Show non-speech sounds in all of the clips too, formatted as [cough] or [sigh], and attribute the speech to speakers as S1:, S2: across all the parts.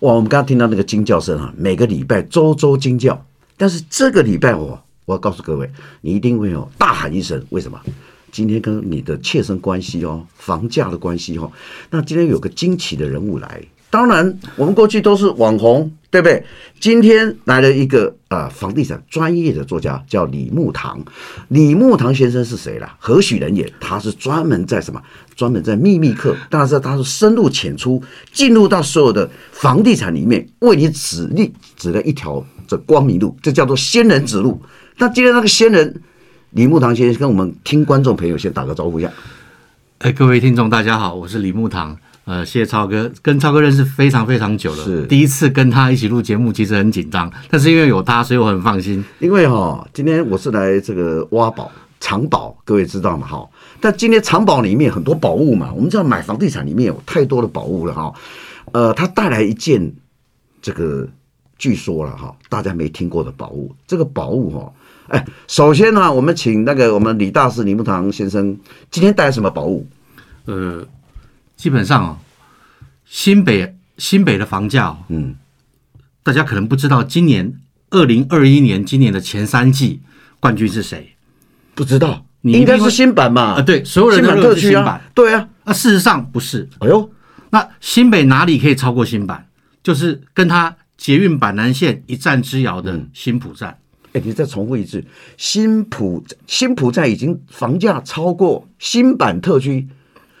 S1: 哇，我们刚刚听到那个惊叫声啊，每个礼拜周周惊叫，但是这个礼拜我我要告诉各位，你一定会有大喊一声，为什么？今天跟你的切身关系哦，房价的关系哦，那今天有个惊奇的人物来，当然我们过去都是网红，对不对？今天来了一个呃房地产专业的作家，叫李木堂。李木堂先生是谁啦？何许人也？他是专门在什么？专门在秘密课，但是他是深入浅出，进入到所有的房地产里面，为你指立指了一条这光明路，这叫做仙人指路。那今天那个仙人。李木堂先生，跟我们听观众朋友先打个招呼一下。
S2: 哎，各位听众大家好，我是李木堂。呃，谢谢超哥，跟超哥认识非常非常久了。
S1: 是
S2: 第一次跟他一起录节目，其实很紧张，但是因为有他，所以我很放心。
S1: 因为哈、今天我是来这个挖宝藏宝，各位知道吗？哈，但今天藏宝里面很多宝物嘛，我们知道买房地产里面有太多的宝物了哈。呃，他带来一件这个据说了哈，大家没听过的宝物，这个宝物哈。哎，首先呢、我们请那个我们李大师李木堂先生今天带来什么宝物？
S2: 呃，基本上哦，新北新北的房价、哦，
S1: 嗯，
S2: 大家可能不知道，今年二零二一年今年的前三季冠军是谁？
S1: 不知道，
S2: 你
S1: 应该
S2: 一定
S1: 是
S2: 会
S1: 新版嘛？
S2: 呃对所有人
S1: 新
S2: 都
S1: 版
S2: 认为
S1: 特
S2: 是
S1: 区
S2: 新
S1: 啊
S2: 版，
S1: 对啊。
S2: 那事实上不是。
S1: 哎呦，
S2: 那新北哪里可以超过新版？就是跟它捷运板南线一站之遥的
S1: 嗯
S2: 新浦站。
S1: 哎，你再重复一次，新浦新浦站已经房价超过新版特区。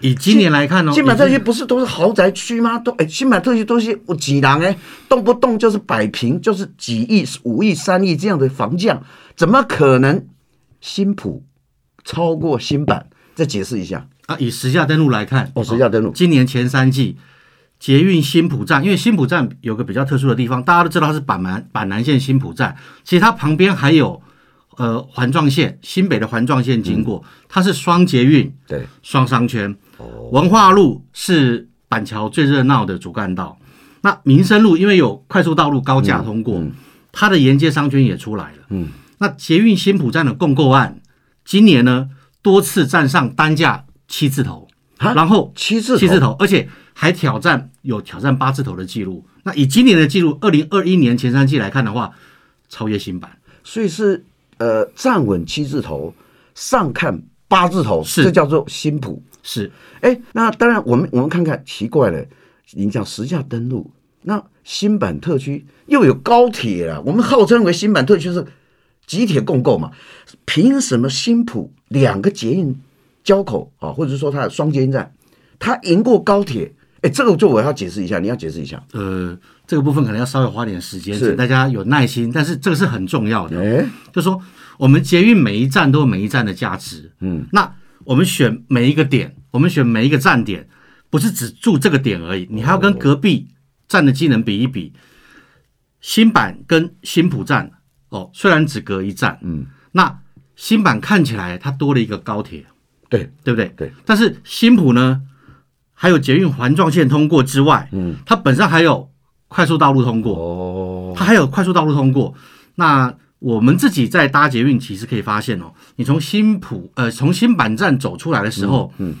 S2: 以今年来看哦，
S1: 新版
S2: 已
S1: 特
S2: 经
S1: 区不是都是豪宅区吗？都哎，新版特区都是我几郎哎，动不动就是百平，就是几亿、五亿、三亿这样的房价，怎么可能新浦超过新版？再解释一下
S2: 啊，以实价登录来看，
S1: 哦，实价登录
S2: 今年前三季捷运新浦站，因为新浦站有个比较特殊的地方，大家都知道它是板南板南线新浦站，其实它旁边还有呃环状线，新北的环状线经过，
S1: 嗯
S2: 它是双捷运
S1: 对，
S2: 双商圈。
S1: 哦
S2: 文化路是板桥最热闹的主干道，那民生路因为有快速道路高架通
S1: 嗯
S2: 过，它的沿街商圈也出来了。嗯，那捷运新浦站的共购案，今年呢多次站上单价七字头，
S1: 啊
S2: 然后
S1: 七字头
S2: 七字头，而且还挑战有挑战八字头的记录。那以今年的记录，二零二一年前三季来看的话，超越新版。
S1: 所以是呃站稳七字头，上看八字头，
S2: 是
S1: 这叫做新浦。
S2: 是
S1: 哎，那当然，我们我们看看，奇怪了，你讲实价登录，那新版特区又有高铁了，我们号称为新版特区是集铁共购嘛，凭什么新浦两个捷运交口啊，或者说它的双捷运站，它赢过高铁？哎，这个就我要解释一下，你要解释一下。
S2: 呃，这个部分可能要稍微花点时间，
S1: 是
S2: 请大家有耐心，但是这个是很重要的。
S1: 哎，
S2: 就说我们捷运每一站都有每一站的价值，嗯，那我们选每一个点，我们选每一个站点，不是只住这个点而已，你还要跟隔壁站的技能比一比。新版跟新浦站哦，虽然只隔一站，嗯，那新版看起来它多了一个高铁，
S1: 对，
S2: 对不对？
S1: 对。
S2: 但是新浦呢，还有捷运环状线通过之外，嗯，它本身还有快速道路通过，
S1: 哦，
S2: 它还有快速道路通过。那我们自己在搭捷运，其实可以发现哦，你从新浦呃从新板站走出来的时候，嗯，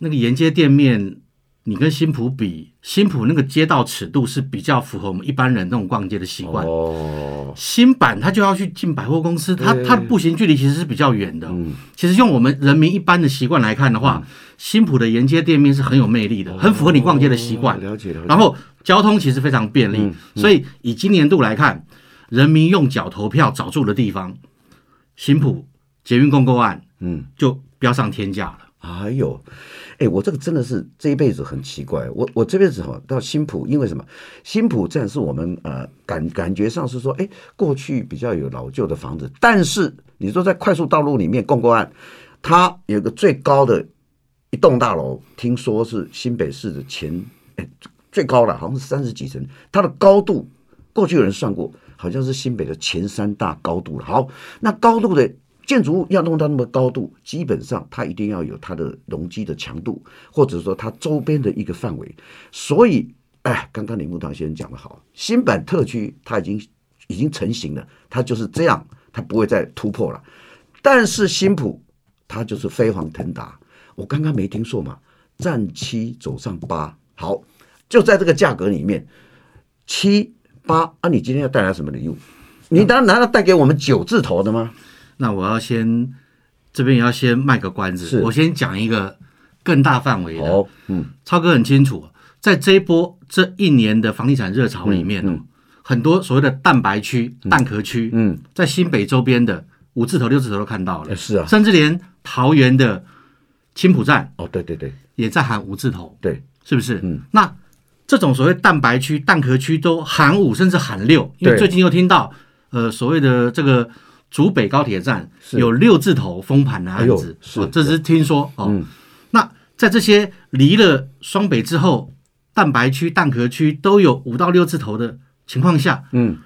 S2: 那个沿街店面，你跟新浦比，新浦那个街道尺度是比较符合我们一般人那种逛街的习惯。
S1: 哦，
S2: 新版它就要去进百货公司，它它的步行距离其实是比较远的。其实用我们人民一般的习惯来看的话，新浦的沿街店面是很有魅力的，很符合你逛街的习惯。
S1: 哦了解了解。嗯
S2: 然后交通其实非常便利，所以以今年度来看，人民用脚投票找住的地方，新浦捷运共购案，
S1: 嗯，
S2: 就标上天价了。
S1: 哎呦，哎，我这个真的是这一辈子很奇怪。我我这辈子哈到新浦，因为什么？新浦站是我们呃感感觉上是说，哎，过去比较有老旧的房子，但是你说在快速道路里面，共购案，它有个最高的一栋大楼，听说是新北市的前哎最高了，好像是三十几层，它的高度过去有人算过，好像是新北的前三大高度了。好，那高度的建筑物要弄到那么高度，基本上它一定要有它的容积的强度，或者说它周边的一个范围。所以，哎，刚刚李木堂先生讲的好，新版特区它已经已经成型了，它就是这样，它不会再突破了。但是新浦它就是飞黄腾达，我刚刚没听错嘛，战七走上八，好，就在这个价格里面，七八啊，你今天要带来什么礼物？你当然难道带给我们九字头的吗？
S2: 那我要先这边也要先卖个关
S1: 是
S2: 子，我先讲一个更大范围的。
S1: 哦，嗯，
S2: 超哥很清楚，在这一波这一年的房地产热潮里面哦，很多所谓的蛋白区、蛋壳区，
S1: 嗯，
S2: 在新北周边的五字头、六字头都看到
S1: 呃
S2: 了，
S1: 是啊，
S2: 甚至连桃园的青浦站
S1: 哦，对对对
S2: 也在喊五字头，
S1: 对，
S2: 是不是？嗯，那这种所谓蛋白区、蛋壳区都喊五，甚至喊六，因为
S1: 对
S2: 最近又听到呃所谓的这个竹北高铁站
S1: 是
S2: 有六字头封盘的案
S1: 哎
S2: 子
S1: 呦，是嗯
S2: 哦、这是听说哦。那在这些离了双北之后，蛋白区、蛋壳区都有五到六字头的情况下，
S1: 嗯，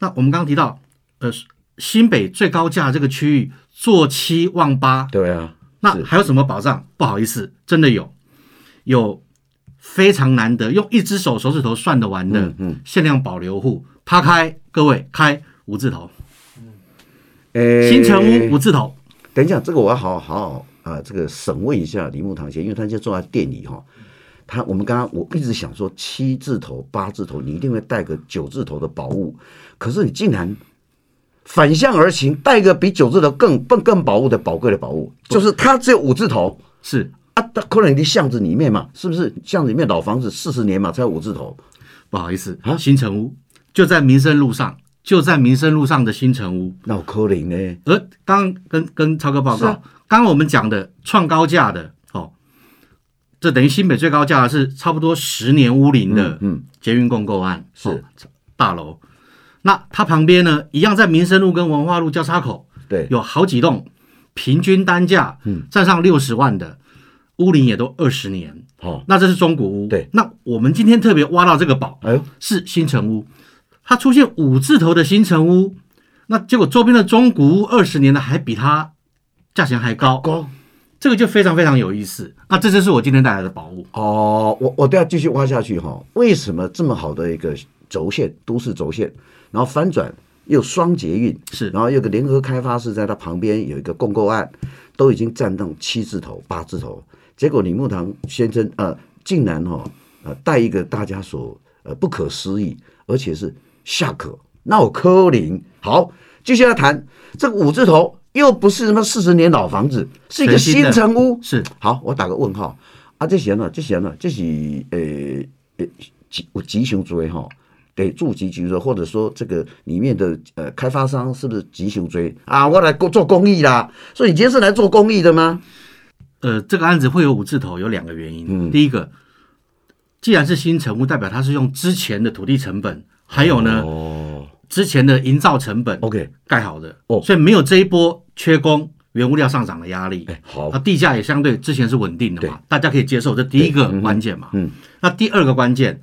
S2: 那我们刚刚提到，呃，新北最高价这个区域做七望八，
S1: 对啊，
S2: 那还有什么保障？不好意思，真的有，有非常难得，用一只手手指头算得完的限量保留户，趴开，各位开五字头，
S1: 诶，
S2: 新城屋五字头，
S1: 等一下，这个我要好好好啊、这个审问一下李木堂先生，因为他现在坐在店里哈。他我们刚刚我一直想说七字头、八字头，你一定会带个九字头的宝物，可是你竟然反向而行，带个比九字头更更更宝物的宝贵的宝物，就是它只有五字头
S2: 是
S1: 啊，它可能你的巷子里面嘛，是不是巷子里面老房子四十年嘛才有五字头？
S2: 不好意思，新城屋就在民生路上，就在民生路上的新城屋。
S1: 那我可能呢？
S2: 而呃刚刚跟跟超哥报
S1: 是
S2: 告，
S1: 啊
S2: 刚刚我们讲的创高价的哦，这等于新北最高价的是差不多十年屋龄的捷运共购案、
S1: 嗯是
S2: 哦大楼。那它旁边呢，一样在民生路跟文化路交叉口，
S1: 对，嗯
S2: 有好几栋，平均单价占上六十万的，屋龄也都二十年。
S1: 好、
S2: 那这是中古屋，
S1: 对。
S2: 那我们今天特别挖到这个宝，
S1: 哎呦，
S2: 是新城屋，它出现五字头的新城屋，那结果周边的中古屋二十年的还比它价钱还高，
S1: 高
S2: 这个就非常非常有意思。那这就是我今天带来的宝物。
S1: 哦，我我都要继续挖下去哈、为什么这么好的一个轴线，都市轴线，然后翻转又双捷运，
S2: 是
S1: 然后有个联合开发是在它旁边有一个共购案，都已经占到七字头、八字头，结果李木堂先生呃，竟然哈、呃带一个大家所呃不可思议，而且是下可闹科林。好，继续来谈这个五字头，又不是什么四十年老房子，是一个
S2: 全新
S1: 新
S2: 的
S1: 城屋，
S2: 是
S1: 好，我打个问号啊，这些呢，这些呢，这是呃呃吉有吉祥锥哈，得住吉祥锥，或者说这个里面的呃开发商是不是吉祥锥啊？我来做做公益啦，所以你今天是来做公益的吗？
S2: 呃，这个案子会有五字头，有两个原因。
S1: 嗯
S2: 第一个，既然是新城屋，代表它是用之前的土地成本，还有呢、
S1: 哦
S2: 之前的营造成本
S1: ，OK，
S2: 盖好的，
S1: 哦
S2: 所以没有这一波缺工、原物料上涨的压力。
S1: 哎，好
S2: 那，地价也相对之前是稳定的嘛，大家可以接受，这第一个关键嘛。嗯，那第二个关键，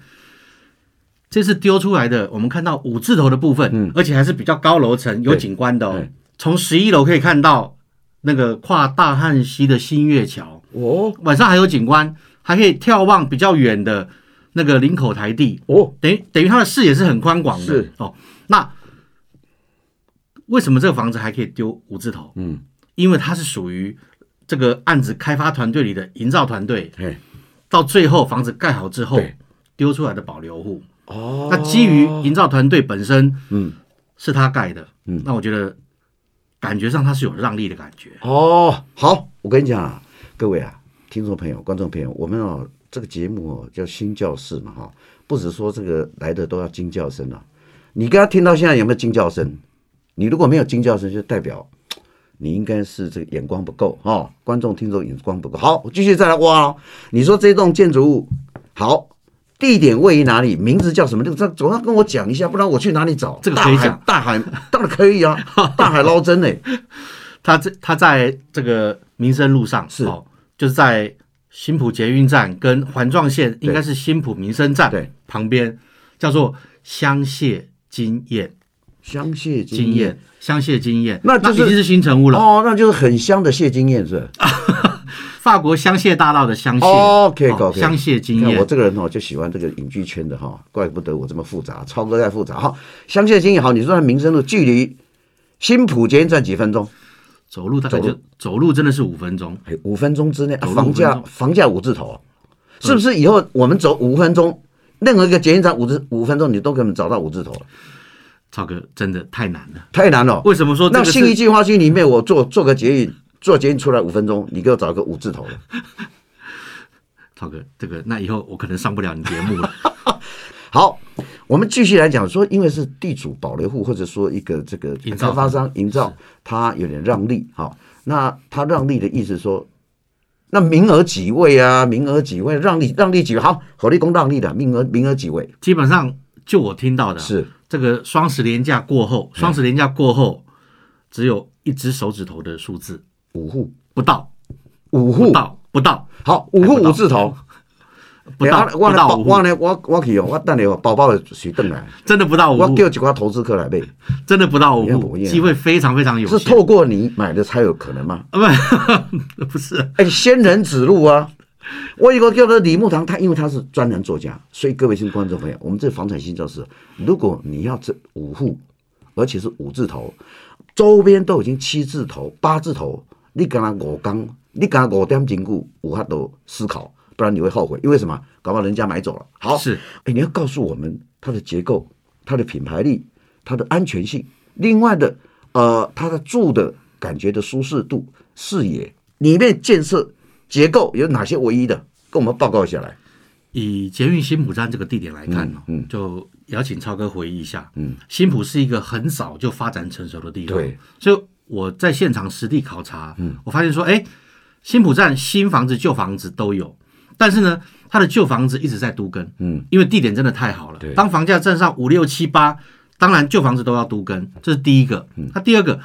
S2: 这次丢出来的，我们看到五字头的部分，而且还是比较高楼层有景观的哦
S1: 对。
S2: 从十一楼可以看到那个跨大汉溪的新月桥，
S1: 哦
S2: 晚上还有景观，还可以眺望比较远的那个林口台地，
S1: 哦，
S2: 等于等于它的视野是很宽广的。
S1: 是
S2: 哦，那为什么这个房子还可以丢五字头？
S1: 嗯，
S2: 因为它是属于这个案子开发团队里的营造团队，
S1: 嘿，
S2: 到最后房子盖好之后
S1: 对
S2: 丢出来的保留户。
S1: 哦，
S2: 那基于营造团队本身，嗯，是他盖的，嗯，那我觉得感觉上他是有让利的感觉。
S1: 哦，好，我跟你讲啊，各位啊，听众朋友、观众朋友，我们哦这个节目哦叫新教室嘛哈、不止说这个来的都要惊叫声啊。你刚刚听到现在有没有惊叫声？你如果没有惊叫声，就代表嘖你应该是这个眼光不够哈、哦，观众听众眼光不够。好，我继续再来挖哦。你说这栋建筑物好，地点位于哪里？名字叫什么？这个总要跟我讲一下，不然我去哪里找？
S2: 这个可以
S1: 大海
S2: 讲，
S1: 大海当然可以啊，大海捞针呢、 [laughs]
S2: 他这他在这个民生路上
S1: 是
S2: 哦，就是在新浦捷运站跟环状线，应该是新浦民生站
S1: 对
S2: 旁边，叫做香榭金燕
S1: 香榭
S2: 金
S1: 验。
S2: 燕香榭金燕，
S1: 那就是
S2: 已经是新城屋了。
S1: 哦，那就是很香的谢金燕是吧？
S2: 法国香榭大道的香榭、
S1: 哦，OK，
S2: 哦
S1: OK
S2: 香榭经
S1: 你看我
S2: 验，
S1: 这个人哦，就喜欢这个影剧圈的哈、怪不得我这么复杂，超哥太复杂哈、香榭金燕好，你说它民生路距离新浦捷运站几分钟？
S2: 走路大概就走路真的是五分钟，
S1: 哎，五分钟之内，啊啊
S2: 走路
S1: 房
S2: 五分
S1: 价
S2: 钟
S1: 房价五字头，是不是？以后我们走五分钟，任何一个捷运站五字五分钟，你都可能找到五字头了，
S2: 超哥真的太难了。
S1: 太难了。
S2: 为什么说这
S1: 那
S2: 个
S1: 信义
S2: 是
S1: 计划区里面，我坐坐个捷运，坐捷运出来五分钟，你给我找一个五字头的。
S2: 超哥？这个那以后我可能上不了你节目了。 [laughs]
S1: 好，我们继续来讲说，因为是地主保留户，或者说一个这个
S2: 营造
S1: 开发商营造，他有点让利哈、那他让利的意思说，那名额几位啊？名额几位？让利让利几位？好，火力工让利的名额名额几位？啊
S2: 基本上就我听到的，啊
S1: 是
S2: 这个双十连假过后，
S1: 嗯
S2: 双十连假过后，只有一只手指头的数字，
S1: 五户，
S2: 不到，
S1: 五
S2: 不
S1: 户。
S2: 到，不到，
S1: 好，五户
S2: 还不到
S1: 五字头。哎
S2: 不到，
S1: 我
S2: 不
S1: 来
S2: 到五
S1: 我
S2: 户，
S1: 来我我去哦，我等你哦，宝宝随等来，
S2: 真的不到五
S1: 我
S2: 户，
S1: 叫几个投资客来呗，
S2: 真的不到五
S1: 你看不
S2: 户，
S1: 一样
S2: 机会非常非常有
S1: 啊是
S2: 限。
S1: 透过你买的才有可能吗？
S2: 啊不， [laughs] 不是，
S1: [laughs] 哎，仙人指路啊！我有一个叫做李木堂，他因为他是专栏作家，所以各位新观众朋友，我们这房产新教室，如果你要这五户，而且是五字头，周边都已经七字头、八字头，你敢他五刚，你敢他五点金固，五法都思考，不然你会后悔。因为什么？搞不好人家买走了。好，
S2: 是
S1: 哎，你要告诉我们它的结构、它的品牌力、它的安全性，另外的呃，它的住的感觉的舒适度、视野里面建设结构有哪些唯一的，跟我们报告下来。
S2: 以捷运新浦站这个地点来看呢、
S1: 嗯
S2: 就也要请超哥回忆一下，嗯，新浦是一个很早就发展成熟的地方，
S1: 对，
S2: 所以我在现场实地考察，嗯，我发现说，哎，新浦站新房子、旧房子都有，但是呢，它的旧房子一直在都更，嗯，因为地点真的太好了，当房价站上五六七八，当然旧房子都要都更，这是第一个，那第二个，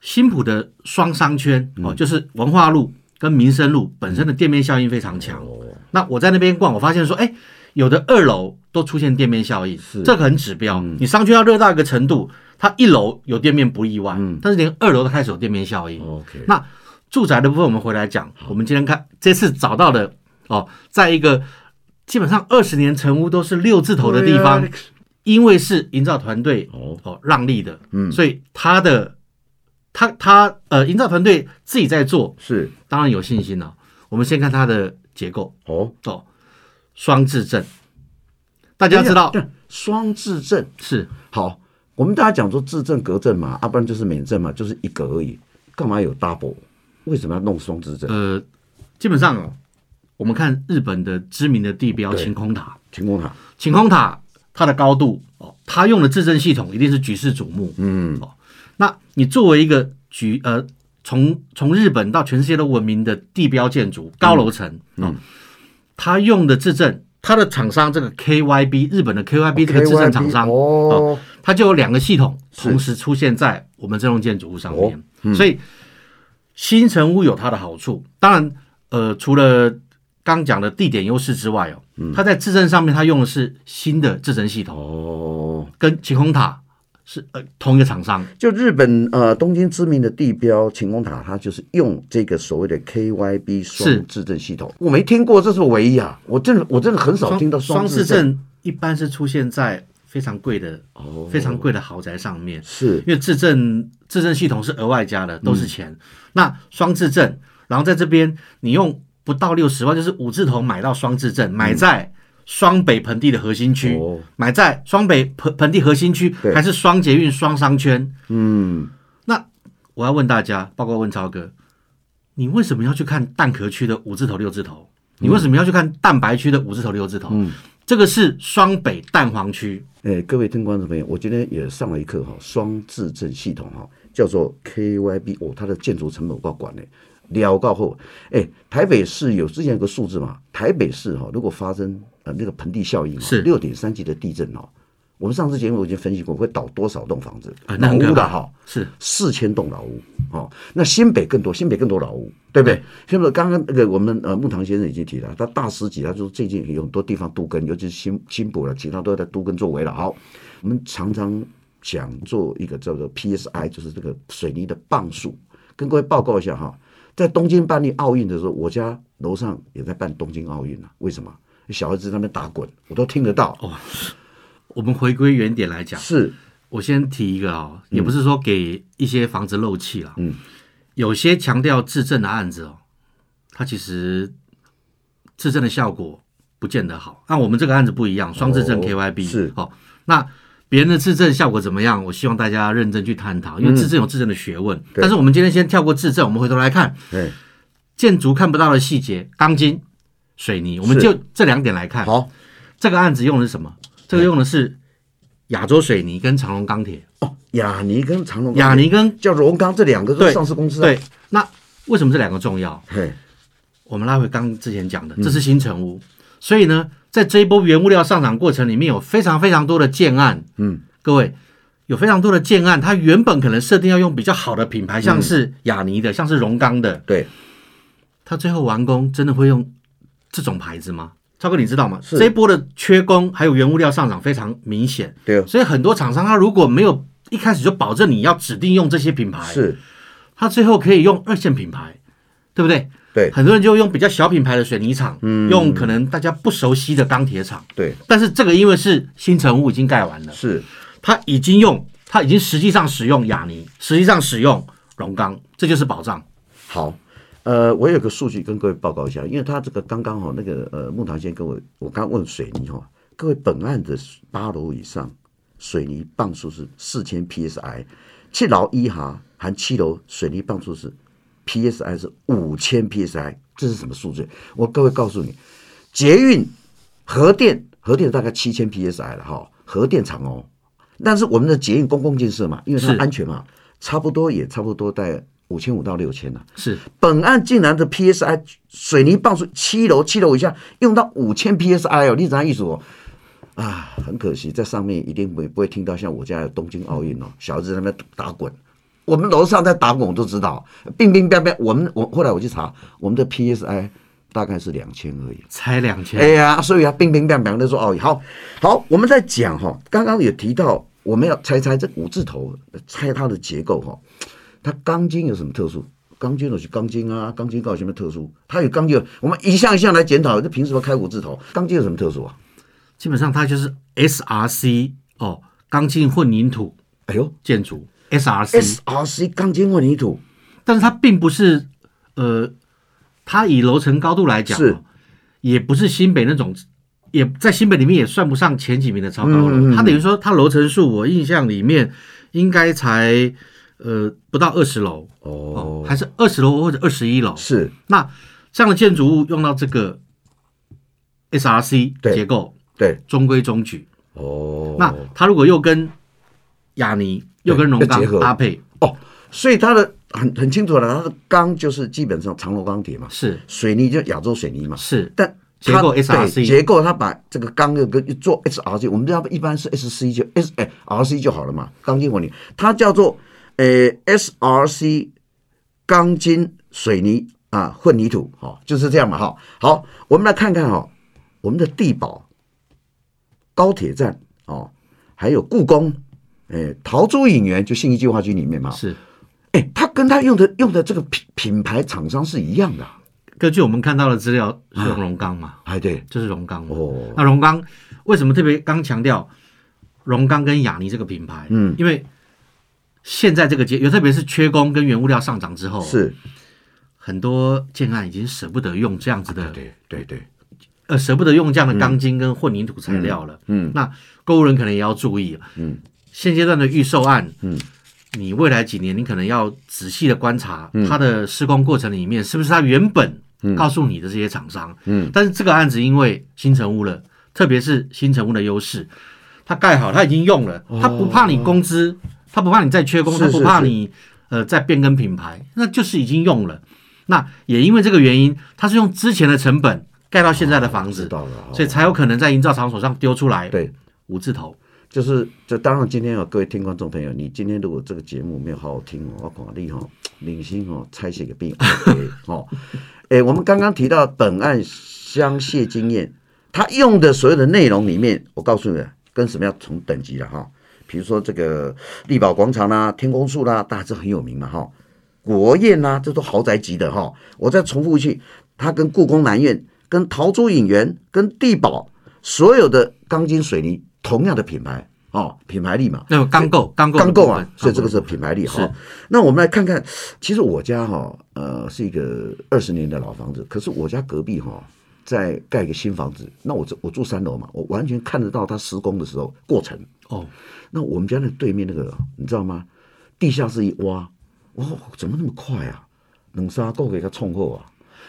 S2: 新浦的双商圈哦，就是文化路跟民生路本身的店面效应非常强。那我在那边逛，我发现说，哎，有的二楼都出现店面效应，这个很指标。你商圈要热到一个程度，它一楼有店面不意外，但是连二楼都开始有店面效应。
S1: 哦 OK，
S2: 那住宅的部分我们回来讲，我们今天看这次找到的哦，在一个基本上二十年成屋都是六字头的地方，
S1: 啊
S2: 因为是营造团队
S1: 哦
S2: 哦让利的，嗯，所以他的他他呃营造团队自己在做，
S1: 是
S2: 当然有信心了、我们先看它的结构
S1: 哦，
S2: 哦，双质证，大家知道
S1: 对双质证
S2: 是
S1: 好，我们大家讲说质证隔证嘛，要、啊不然就是免证嘛，就是一格而已，干嘛有 double？为什么要弄双质证？
S2: 呃，基本上哦，我们看日本的知名的地标
S1: 对
S2: 晴空塔，
S1: 晴空塔
S2: 晴空塔它的高度哦，它用的制震系统一定是举世瞩目。嗯，哦，那你作为一个举呃从从日本到全世界都闻名的地标建筑高楼层，嗯，哦、它用的制震，它的厂商这个 KYB 日本的 KYB 这个制震厂商
S1: KYB 哦，
S2: 它就有两个系统同时出现在我们这栋建筑物上
S1: 哦
S2: 面，
S1: 嗯
S2: 所以新城屋有它的好处。当然，呃，除了刚讲的地点优势之外哦，它在制证上面它用的是新的制证系统，
S1: 嗯哦，
S2: 跟晴空塔是呃同一个厂商，
S1: 就日本呃东京知名的地标晴空塔，它就是用这个所谓的 KYB
S2: 是
S1: 双质证系统，我没听过，这是唯一啊！我真的我真的很少听到
S2: 双
S1: 质
S2: 质证一般是出现在非常贵的、
S1: 哦，
S2: 非常贵的豪宅上面，
S1: 是
S2: 因为质证质证系统是额外
S1: 嗯
S2: 加的，都是钱。那双质证，然后在这边你用不到六十万，就是五字头买到双质证，买在双北盆地的核心区，
S1: 嗯哦
S2: 买在双北盆盆地核心区，
S1: 对
S2: 还是双捷运双商圈？嗯，那我要问大家，包括问超哥，你为什么要去看蛋壳区的五字头六字头？你为什么要去看蛋白区的五字头六字头？
S1: 嗯
S2: 这个是双北蛋黄区，
S1: 哎，各位听观众朋友，我今天也上了一课哈，双质证系统哈，叫做 KYB 哦，它的建筑成本我告管嘞，了告后，哎，台北市有之前有个数字嘛，台北市哈，如果发生呃那个盆地效应哦，
S2: 是
S1: 六点三级的地震哦，我们上次节目我已经分析过，会倒多少栋房子
S2: 啊，那
S1: 老
S2: 很
S1: 屋
S2: 可怕
S1: 的哈，
S2: 是
S1: 四千栋老屋，哦，那新北更多，新北更多老屋，对不对
S2: 对？
S1: 新北刚刚那个我们呃木堂先生已经提了，他大师级，他说最近有很多地方都跟，尤其是新新浦了，其他都在都跟作为了。好，我们常常想做一个叫做 PSI，就是这个水泥的磅数，跟各位报告一下哈。在东京办理奥运的时候，我家楼上也在办东京奥运啊。为什么？小孩子在那边打滚，我都听得到。
S2: 我们回归原点来讲。
S1: 是
S2: 我先提一个哦，也不是说给一些房子漏气啦，嗯，有些强调质证的案子哦，它其实质证的效果不见得好。那我们这个案子不一样，双质证
S1: 哦
S2: KYB、
S1: 是
S2: 哦，那别人的质证效果怎么样？我希望大家认真去探讨，因为质证有质证的学问。
S1: 嗯对
S2: 但是我们今天先跳过质证，我们回头来看
S1: 哎，
S2: 建筑看不到的细节，钢筋、水泥，我们
S1: 是
S2: 就这两点来看。
S1: 好
S2: 这个案子用的是什么？这个用的是亚洲水泥跟长隆钢铁，
S1: 哦，雅尼跟长隆，
S2: 亚尼跟
S1: 叫荣钢这两个都
S2: 对
S1: 是上市公司啊，
S2: 对。那为什么这两个重要？
S1: 对，
S2: 我们拉回刚之前讲的，
S1: 嗯
S2: 这是新成屋，所以呢，在这一波原物料上涨过程里面，有非常非常多的建案，
S1: 嗯，
S2: 各位有非常多的建案，它原本可能设定要用比较好的品牌，像是雅尼的，像是荣钢的，
S1: 对，
S2: 它最后完工真的会用这种牌子吗？超哥，你知道吗？
S1: 是
S2: 这一波的缺工还有原物料上涨非常明显，
S1: 对哦，
S2: 所以很多厂商他如果没有一开始就保证你要指定用这些品牌，
S1: 是，
S2: 他最后可以用二线品牌，对不对？
S1: 对嗯
S2: 很多人就用比较小品牌的水泥厂，用可能大家不熟悉的钢铁厂，
S1: 对，
S2: 但是这个因为是新城屋已经盖完了，
S1: 是，
S2: 它已经用，它已经实际上使用雅尼，实际上使用荣钢，这就是保障。
S1: 好，呃，我有个数据跟各位报告一下，因为他这个刚刚哈、那个呃木堂先跟我，我刚问水泥哈、各位本案的八楼以上水泥磅数是四千 psi，七楼一哈含七楼水泥磅数是 psi 是五千 psi，这是什么数据？我各位告诉你，捷运、核电、核电大概七千 psi 了哈、核电厂哦，但是我们的捷运公共建设嘛，因为它
S2: 是
S1: 安全嘛，差不多也差不多在五千五到六千了。
S2: 是
S1: 本案竟然的 PSI 水泥棒出七楼七楼以下用到五千 PSI 哦，你怎样意思哦？啊，很可惜，在上面一定不不会听到像我家的东京奥运哦，小孩子在那边打滚，我们楼上在打滚我都知道，冰冰冰冰，我们我后来我去查，我们的 PSI 大概是两千而已。
S2: 才两千、
S1: 哎呀，所以啊，冰冰凉凉的说哦，好好，我们在讲哈、刚刚也提到我们要猜猜这五字头，猜它的结构哈、它钢筋有什么特殊？钢筋有是钢筋啊，钢筋到底有什么特殊？它有钢筋，我们一项一项来检讨，这凭什么开五字头？钢筋有什么特殊啊？
S2: 基本上它就是 SRC 哦，钢筋混凝土
S1: 哎呦
S2: 建筑 SRC，
S1: ，SRC 钢筋混凝土
S2: 但是它并不是呃，它以楼层高度来讲，
S1: 是
S2: 也不是新北那种，也在新北里面也算不上前几名的超高
S1: 嗯
S2: 了。它等于说它楼层数，我印象里面应该才呃不到二十楼
S1: 哦，
S2: 哦，还是二十楼或者二十一楼。
S1: 是
S2: 那这样的建筑物用到这个 SRC
S1: 对
S2: 结构，
S1: 对
S2: 中规中矩。
S1: 哦，
S2: 那它如果又跟雅尼又跟荣
S1: 对
S2: 钢
S1: 结合
S2: 搭配，
S1: 哦，所以它的很很清楚了，它的钢就是基本上长楼钢铁嘛，
S2: 是
S1: 水泥就亚洲水泥嘛，
S2: 是
S1: 但
S2: 结
S1: 它
S2: 构
S1: 对
S2: SRC
S1: 结构，它把这个钢又跟做 SRC，我们知道一般是 SC 就 S 哎 RC 就好了嘛，钢筋混凝，它叫做呃 SRC 钢筋水泥啊混凝土，哈、就是这样嘛，哈、好，我们来看看哈、我们的地堡、高铁站哦，还有故宫，哎，桃珠影园就信义计划区里面嘛，
S2: 是。
S1: 哎，它跟它用的用的这个品品牌厂商是一样的啊、
S2: 根据我们看到的资料，是用荣钢嘛，
S1: 哎，对，
S2: 就是荣钢
S1: 啊
S2: 嘛。
S1: 哦，
S2: 那荣钢为什么特别刚强调荣钢跟雅尼这个品牌？嗯，因为现在这个阶，尤特别是缺工跟原物料上涨之后，
S1: 是。
S2: 很多建案已经舍不得用这样子的，
S1: 对对对，
S2: 呃，舍不得用这样的钢筋跟混凝土材料了。嗯，那购物人可能也要注意了。嗯，现阶段的预售案，嗯。你未来几年，你可能要仔细的观察它的施工过程里面，是不是它原本告诉你的这些厂商？嗯，但是这个案子因为新成屋了，特别是新成屋的优势，它盖好，它已经用了，它不怕你工资，它不怕你再缺工，
S1: 是
S2: 它
S1: 是
S2: 不怕你呃再变更品牌，那就是已经用了。那也因为这个原因，它是用之前的成本盖到现在的房
S1: 知
S2: 子，
S1: 道了啊。
S2: 所以才有可能在营造场所上丢出来
S1: 对，
S2: 五字头。
S1: 就是这当然今天啊，各位听观众朋友，你今天如果这个节目没有好好听哦，我看你哦，领先哦，拆写个病 OK [laughs] 哦。哎，我们刚刚提到本案相泄经验，他用的所有的内容里面，我告诉你，跟什么要从等级了哈。比如说这个力宝广场啦、天宫树啦，大家这很有名嘛哈。国宴啦、这都豪宅级的哈。我再重复一句，它跟故宫南院、跟桃珠影园、跟地堡所有的钢筋水泥同样的品牌哦，品牌力嘛，
S2: 那么钢构，钢构的
S1: 钢
S2: 部分，
S1: 构啊，所以这个是
S2: 钢构的部分
S1: 品牌力哈
S2: 是。
S1: 那我们来看看，其实我家哈、呃是一个二十年的老房子，可是我家隔壁哈、再盖一个新房子，那我住我住三楼嘛，我完全看得到它施工的时候过程。
S2: 哦，
S1: 那我们家那对面那个，你知道吗？地下室一挖，哇，怎么那么快啊？冷沙够给它冲后啊！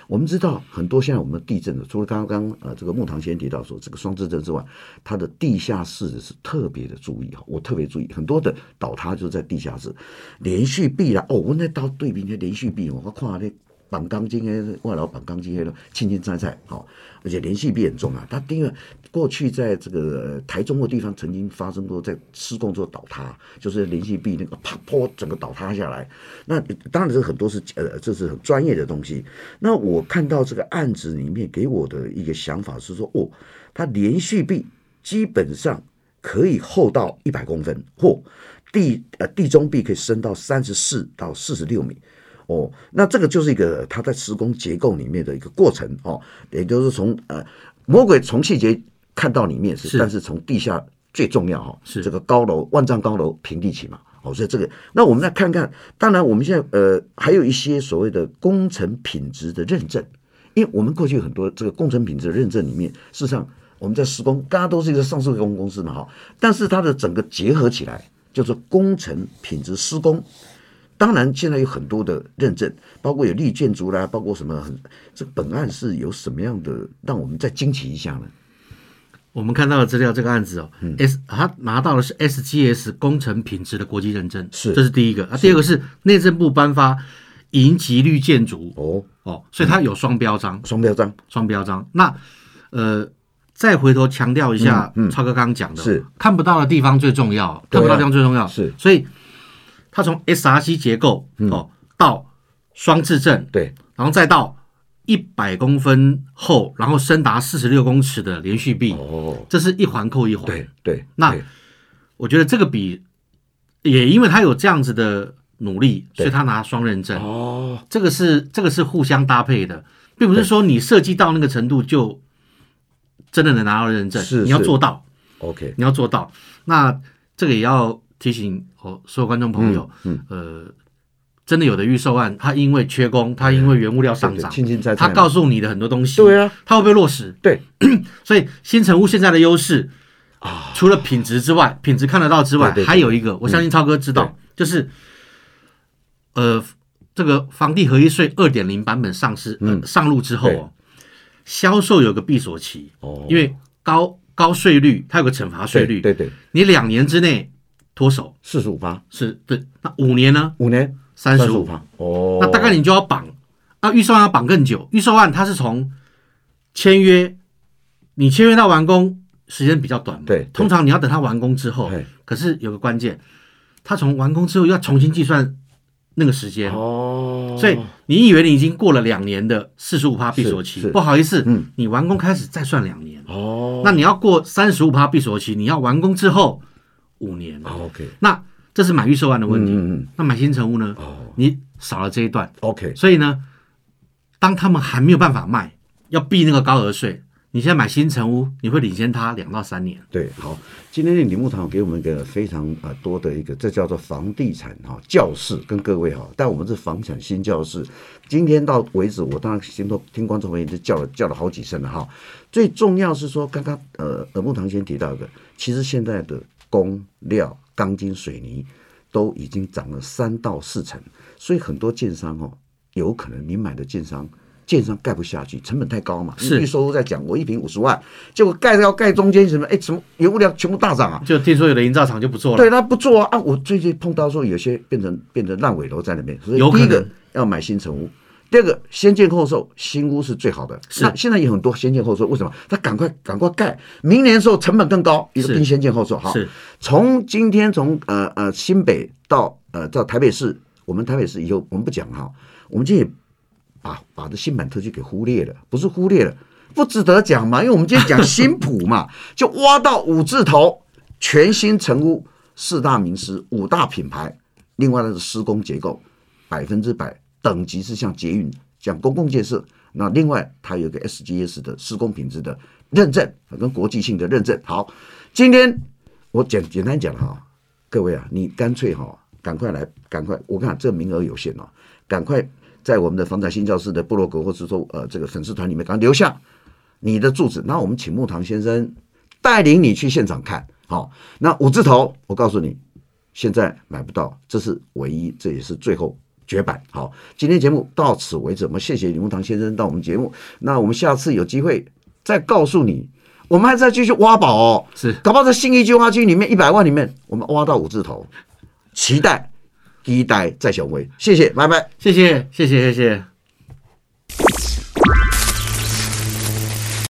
S1: 我们知道很多现在我们地震的，除了刚刚呃这个木堂先提到说这个双之震之外，它的地下室是特别的注意哈，我特别注意很多的倒塌就是在地下室，连续壁啦哦，我那到对面的连续壁哦，我看那绑钢筋的外劳绑钢筋的青青菜菜好、哦，而且连续壁很重啊，它因为过去在这个呃台中的地方曾经发生过在施工做倒塌，就是连续壁那个啪啪整个倒塌下来，那当然这很多是呃这是很专业的东西，那我看到这个案子里面给我的一个想法是说，哦，它连续壁基本上可以厚到一百公分，或地呃地中壁可以升到三十四到四十六米。哦，那这个就是一个它在施工结构里面的一个过程哦，也就是从呃魔鬼从细节看到里面是，
S2: 是
S1: 但是从地下最重要哦，
S2: 是
S1: 这个高楼万丈高楼平地起嘛。哦，所以这个，那我们来看看，当然我们现在呃还有一些所谓的工程品质的认证，因为我们过去很多这个工程品质的认证里面，事实上我们在施工，大家都是一个上市公公司嘛哈，但是它的整个结合起来叫做工程品质施工当然，现在有很多的认证，包括有绿建筑啦，包括什么很，这本案是有什么样的让我们再惊奇一下呢？
S2: 我们看到的资料，这个案子哦、s
S1: 嗯
S2: 他拿到的是 SGS 工程品质的国际认证，
S1: 是
S2: 这是第一个啊。第二个是内政部颁发银级绿建筑
S1: 哦，
S2: 哦，所以它有双标章，
S1: 双标章
S2: 双标章。那呃，再回头强调一下，超哥刚刚讲
S1: 嗯
S2: 的，
S1: 是
S2: 看不到的地方最重要，
S1: 对啊
S2: 看不到的地方最重要
S1: 是嗯
S2: 所以它从 SRC 结构哦到双质证，
S1: 对，
S2: 然后再到一百公分厚，然后深达四十六公尺的连续壁，
S1: 哦，
S2: 这是一环扣一环。
S1: 对对，
S2: 那
S1: 对
S2: 我觉得这个比也因为他有这样子的努力，所以他拿双认证，
S1: 哦，
S2: 这个是这个是互相搭配的，并不是说你设计到那个程度就真的能拿到认证，
S1: 是
S2: 你要
S1: 是
S2: 做到，
S1: ，OK，
S2: 你要做到。那这个也要提醒哦，所有观众朋友，
S1: 嗯
S2: 呃，真的有的预售案，它因为缺工，它因为原物料上
S1: 对对
S2: 涨，
S1: 青青菜菜
S2: 它
S1: 嘛
S2: 告诉你的很多东西，
S1: 对啊，
S2: 它会不会落实？
S1: 对，
S2: [clears throat] 所以新城屋现在的优势
S1: 啊，
S2: 除了品质之外，品质看得到之外，
S1: 对对嗯对
S2: 还有一个，我相信超哥知道，就是呃，这个房地合一税二点零版本上市、呃上路之后
S1: 嗯对
S2: 哦，销售有个闭锁期，
S1: 哦，
S2: 因为高高税率它有个惩罚税
S1: 对
S2: 率，
S1: 对对，
S2: 你两年之内脱手
S1: 四十五趴，
S2: 是对，那五年呢
S1: 五年
S2: 三十
S1: 五
S2: 五，
S1: 趴，哦，
S2: 那大概你就要绑啊，预售案要绑更久，预售案它是从签约，你签约到完工时间比较短嘛，
S1: 对对
S2: 通常你要等它完工之后
S1: 嘿，
S2: 可是有个关键，它从完工之后要重新计算那个时间，
S1: 哦，
S2: 所以你以为你已经过了两年的四十五趴闭锁期
S1: 是是，
S2: 不好意思，
S1: 嗯
S2: 你完工开始再算两年，
S1: 哦，
S2: 那你要过三十五趴闭锁期，你要完工之后五年，
S1: 哦 OK，
S2: 那这是买预售案的问题。
S1: 嗯嗯嗯，
S2: 那买新成屋呢？
S1: 哦
S2: 你少了这一段，
S1: ，OK，
S2: 所以呢，当他们还没有办法卖，要避那个高额税，你现在买新成屋，你会领先他两到三年。
S1: 对，好，今天的李木堂给我们一个非常啊、呃多的一个，这叫做房地产哈、教室，跟各位哈、但我们是房产新教室。今天到为止，我当然听到听观众朋友就叫了叫了好几声了哈、最重要是说，刚刚呃呃木堂先提到一个，其实现在的工料、钢筋、水泥都已经涨了三到四成，所以很多建商哦，有可能你买的建商。建商盖不下去，成本太高嘛。
S2: 是
S1: 预售屋在讲，我一平五十万，结果盖要盖中间什么，哎，什么原物料全部大涨啊。
S2: 就听说有的营造厂就不做了，
S1: 对，他不做啊啊！我最近碰到说有些变成变成烂尾楼在那边，所以
S2: 有可
S1: 第一
S2: 能
S1: 个要买新城屋，第二个先建后售，新屋是最好的。
S2: 是
S1: 那现在有很多先建后售，为什么？他赶快赶快盖，明年的时候成本更高，一个
S2: 是
S1: 跟先建后售哈。
S2: 是
S1: 从今天从呃呃新北到呃到台北市，我们台北市以后我们不讲哈，我们今天也把把这新版特区给忽略了，不是忽略了，不值得讲嘛，因为我们今天讲新浦嘛， [laughs] 就挖到五字头，全新成屋，四大名师，五大品牌，另外呢是施工结构，百分之百等级是像捷运、像公共建设。那另外，它有一个 SGS 的施工品质的认证，跟国际性的认证。好，今天我简简单讲哈，各位啊，你干脆哈，赶快来，赶快，我看这名额有限哦，赶快在我们的房产新教室的部落格，或是说呃这个粉丝团里面，赶快留下。你的住址，那我们请木堂先生带领你去现场看。好、那五字头，我告诉你，现在买不到，这是唯一，这也是最后绝版。好，今天节目到此为止，我们谢谢李木堂先生到我们节目，那我们下次有机会再告诉你。我们还在继续挖宝哦，
S2: 是
S1: 搞不好在新一计划区里面一百万里面，我们挖到五字头，期待第一代再雄伟，谢谢，拜拜。
S2: 谢谢，谢谢，谢谢。